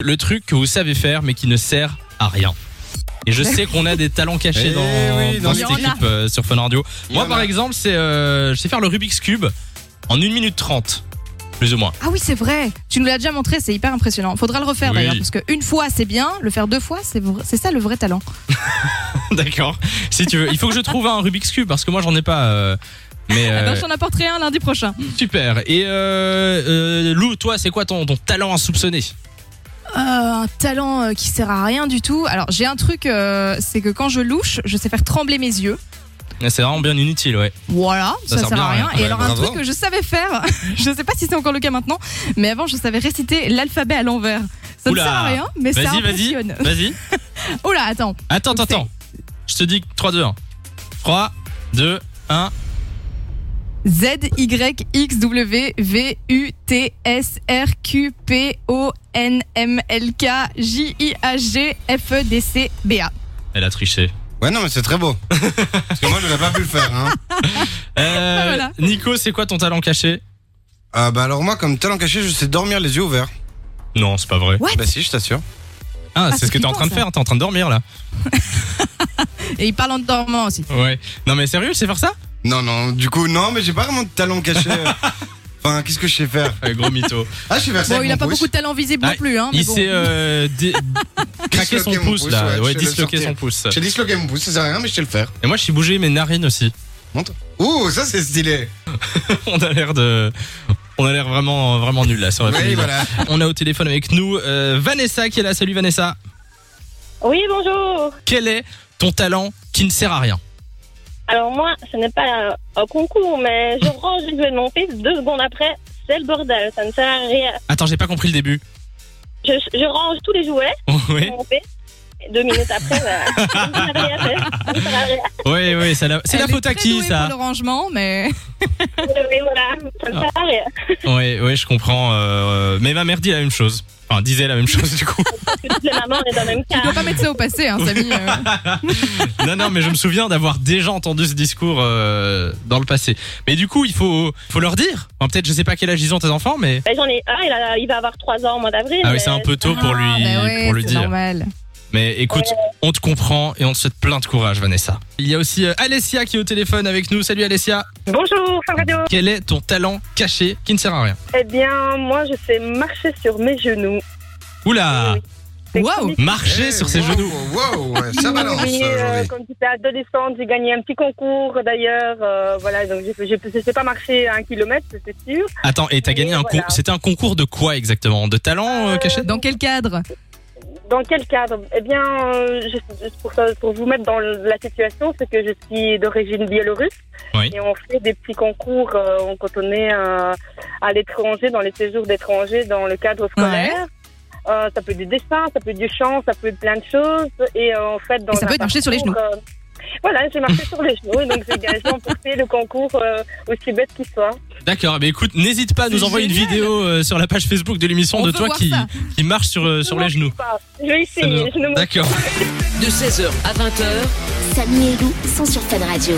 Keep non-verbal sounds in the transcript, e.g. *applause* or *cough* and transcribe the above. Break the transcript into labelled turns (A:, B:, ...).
A: Le truc que vous savez faire mais qui ne sert à rien. Et je sais qu'on a des talents cachés
B: *laughs* Eh
A: dans,
B: oui,
A: dans
B: dans-
A: cette
C: Il y en a.
A: équipe euh, sur Fun Radio.
B: Il y
A: Moi
B: en
A: par
B: a.
A: exemple, c'est euh, je sais faire le Rubik's Cube en 1 minute 30, plus ou moins. *laughs*
C: Ah oui, c'est vrai. Tu nous l'as déjà montré, c'est hyper impressionnant. Faudra le refaire
A: Oui.
C: d'ailleurs, parce qu'une fois c'est bien, le faire deux fois, c'est vra- c'est ça le vrai talent.
A: D'accord. Si tu veux, il faut que je trouve un Rubik's Cube parce que moi j'en ai pas. euh, mais
C: Ah
A: euh,
B: bah,
C: ben, je t'en apporterai un lundi prochain.
A: super. Et euh, euh, Lou, toi, c'est quoi ton, ton talent insoupçonné
C: Euh, un talent euh, qui sert à rien du tout. Alors j'ai un truc, euh, c'est que quand je louche, je sais faire trembler mes yeux.
A: C'est vraiment bien inutile, ouais.
C: Voilà,
A: Ça sert
C: ça, sert,
A: bien,
C: à rien.
A: ouais.
C: Et
B: Ouais,
C: alors
B: bravo.
C: un truc que je savais faire, *laughs* je sais pas si c'est encore le cas maintenant, mais avant je savais réciter l'alphabet à l'envers. Ça
A: Oula.
C: ne sert à rien, mais ça
A: Vas-y, vas-y,
C: impressionne. *laughs*
A: vas-y.
C: Oh là, attends.
A: Attends, attends,
C: On fait.
A: attends. Je te dis 3, 2, 1. 3, 2, 1.
C: Z Y X W V U T S R Q P O N M L K J I A G F E D C B A.
A: Elle a triché.
B: Ouais, non, mais c'est
A: *laughs*
B: très beau. Parce que moi, j'aurais pas pu le faire. Hein.
A: Euh,
C: *laughs* Ah, voilà.
A: Nico, c'est quoi ton talent caché
B: Ah, bah alors, moi, comme talent caché, je sais dormir les yeux ouverts.
A: Non, c'est pas vrai.
C: What
B: Bah, si, je t'assure.
A: Ah,
C: Ah,
A: c'est ce
C: c'est
A: que t'es en
C: flippant,
A: train de
C: ça.
A: faire, t'es en train de dormir là.
C: Et il parle en dormant aussi.
A: Ouais. Non, mais sérieux, c'est faire ça
B: Non, non, du coup, non, mais j'ai pas vraiment de talent
A: *laughs*
B: caché. Enfin, qu'est-ce que je sais faire
A: Gros mytho.
B: Ah, je sais faire ça.
C: Bon,
B: avec
C: il a
B: mon
C: pas
B: pouce.
C: beaucoup de talent visible
A: Ah,
C: non plus. Hein, mais
A: Il
C: bon.
A: s'est euh,
C: *laughs*
A: dé- craqué son
B: Disloqué mon
A: pouce, là. Ouais,
B: je sais le
A: disloqué
B: sortir.
A: son pouce.
B: J'ai disloqué mon pouce, ça sert à rien, mais je sais le faire.
A: Et moi, je suis bougé mes narines aussi. *laughs*
B: Montre. Ouh, ça, c'est stylé.
A: On a l'air de. On a l'air vraiment, vraiment nul là sur la
B: Oui,
A: famille.
B: voilà.
A: On Ah, a au téléphone avec nous euh, Vanessa qui est là. Salut Vanessa.
D: Oui, bonjour.
A: Quel est ton talent qui ne sert à rien
D: Alors moi, ce n'est pas un concours, mais je range les jouets de mon fils. Deux secondes après, c'est le bordel. Ça ne sert à rien.
A: Attends, j'ai pas compris le début. *laughs*
D: Je, je range tous les jouets de
A: Oui,
D: mon fils. Et Deux minutes après, bah, ça ne sert à rien. ça ne sert à rien.
A: oui, oui. ça la- C'est
C: Elle
A: la
C: est
A: faute à
C: très
A: qui
C: douée
A: ça
C: pour le rangement, mais
D: Oui, voilà, ça ne sert à rien.
A: Ouais, ouais, je comprends. euh, mais ma mère dit la même chose. Enfin, disait la même chose *laughs* du coup.
D: Toutes les mamans, on est dans le même
C: tu
D: cas.
C: dois pas mettre ça au passé, hein, Samy. euh.
A: non, non, mais je me souviens d'avoir déjà entendu ce discours euh, dans le passé. Mais du coup, il faut, faut leur dire. Enfin, peut-être, je sais pas quel âge ils ont tes enfants, mais
D: Ben, J'en ai un, il, a- il va avoir trois ans au mois d'avril.
A: ah oui,
D: mais
A: c'est un peu tôt *laughs* pour lui,
C: Ah, bah ouais,
A: pour le
C: c'est
A: dire.
C: normal.
A: Mais écoute, on te comprend et on te souhaite plein de courage, Vanessa. Il y a aussi euh, Alessia qui est au téléphone avec nous. Salut Alessia.
E: Bonjour, Radio.
A: Quel est ton talent caché qui ne sert à rien
E: Eh bien, moi, je sais marcher sur mes genoux.
A: Oula,
E: C'est
C: Wow.
E: comique.
A: Ah. marcher
B: Eh,
A: sur ses
B: wow,
A: genoux.
B: Wow, ouais, ça balance
E: Oui, euh,
B: aujourd'hui.
E: quand j'étais adolescente, j'ai gagné un petit concours d'ailleurs. euh, voilà, donc j'ai- j'ai- je ne sais pas marcher à un kilomètre, ça, c'est sûr.
A: Attends, et t'as gagné un
E: Voilà.
A: con- C'était un concours de quoi exactement De talent euh, caché
C: Dans quel cadre
E: Dans quel cadre Eh bien, euh, je- pour, ça- pour vous mettre dans la situation, c'est que je suis d'origine biélorusse.
A: Oui.
E: Et on fait des petits concours euh, on- quand on est euh, à l'étranger, dans les séjours d'étrangers, dans le cadre scolaire. Euh, ça peut être du dessin, ça peut être du chant, ça peut être plein de choses. Et euh, en fait, dans
C: Et ça
E: un
C: peut être marcher sur les
E: parcours, euh, voilà, j'ai
C: *laughs*
E: marché sur les genoux et donc j'ai gagné remporté le concours euh, aussi bête qu'il soit.
A: D'accord, mais écoute, n'hésite pas à nous
C: C'est
A: envoyer une
C: génial.
A: vidéo euh, sur la page Facebook de l'émission
C: On
A: de
C: veut
A: toi
C: voir
A: qui,
C: ça.
A: qui marche sur, euh, sur les genoux.
E: Pas. Je vais
A: Ça nous-
E: essayer, je ne me
A: D'accord.
F: De 16h à 20h,
G: Samy et Lou sont sur Fun Radio.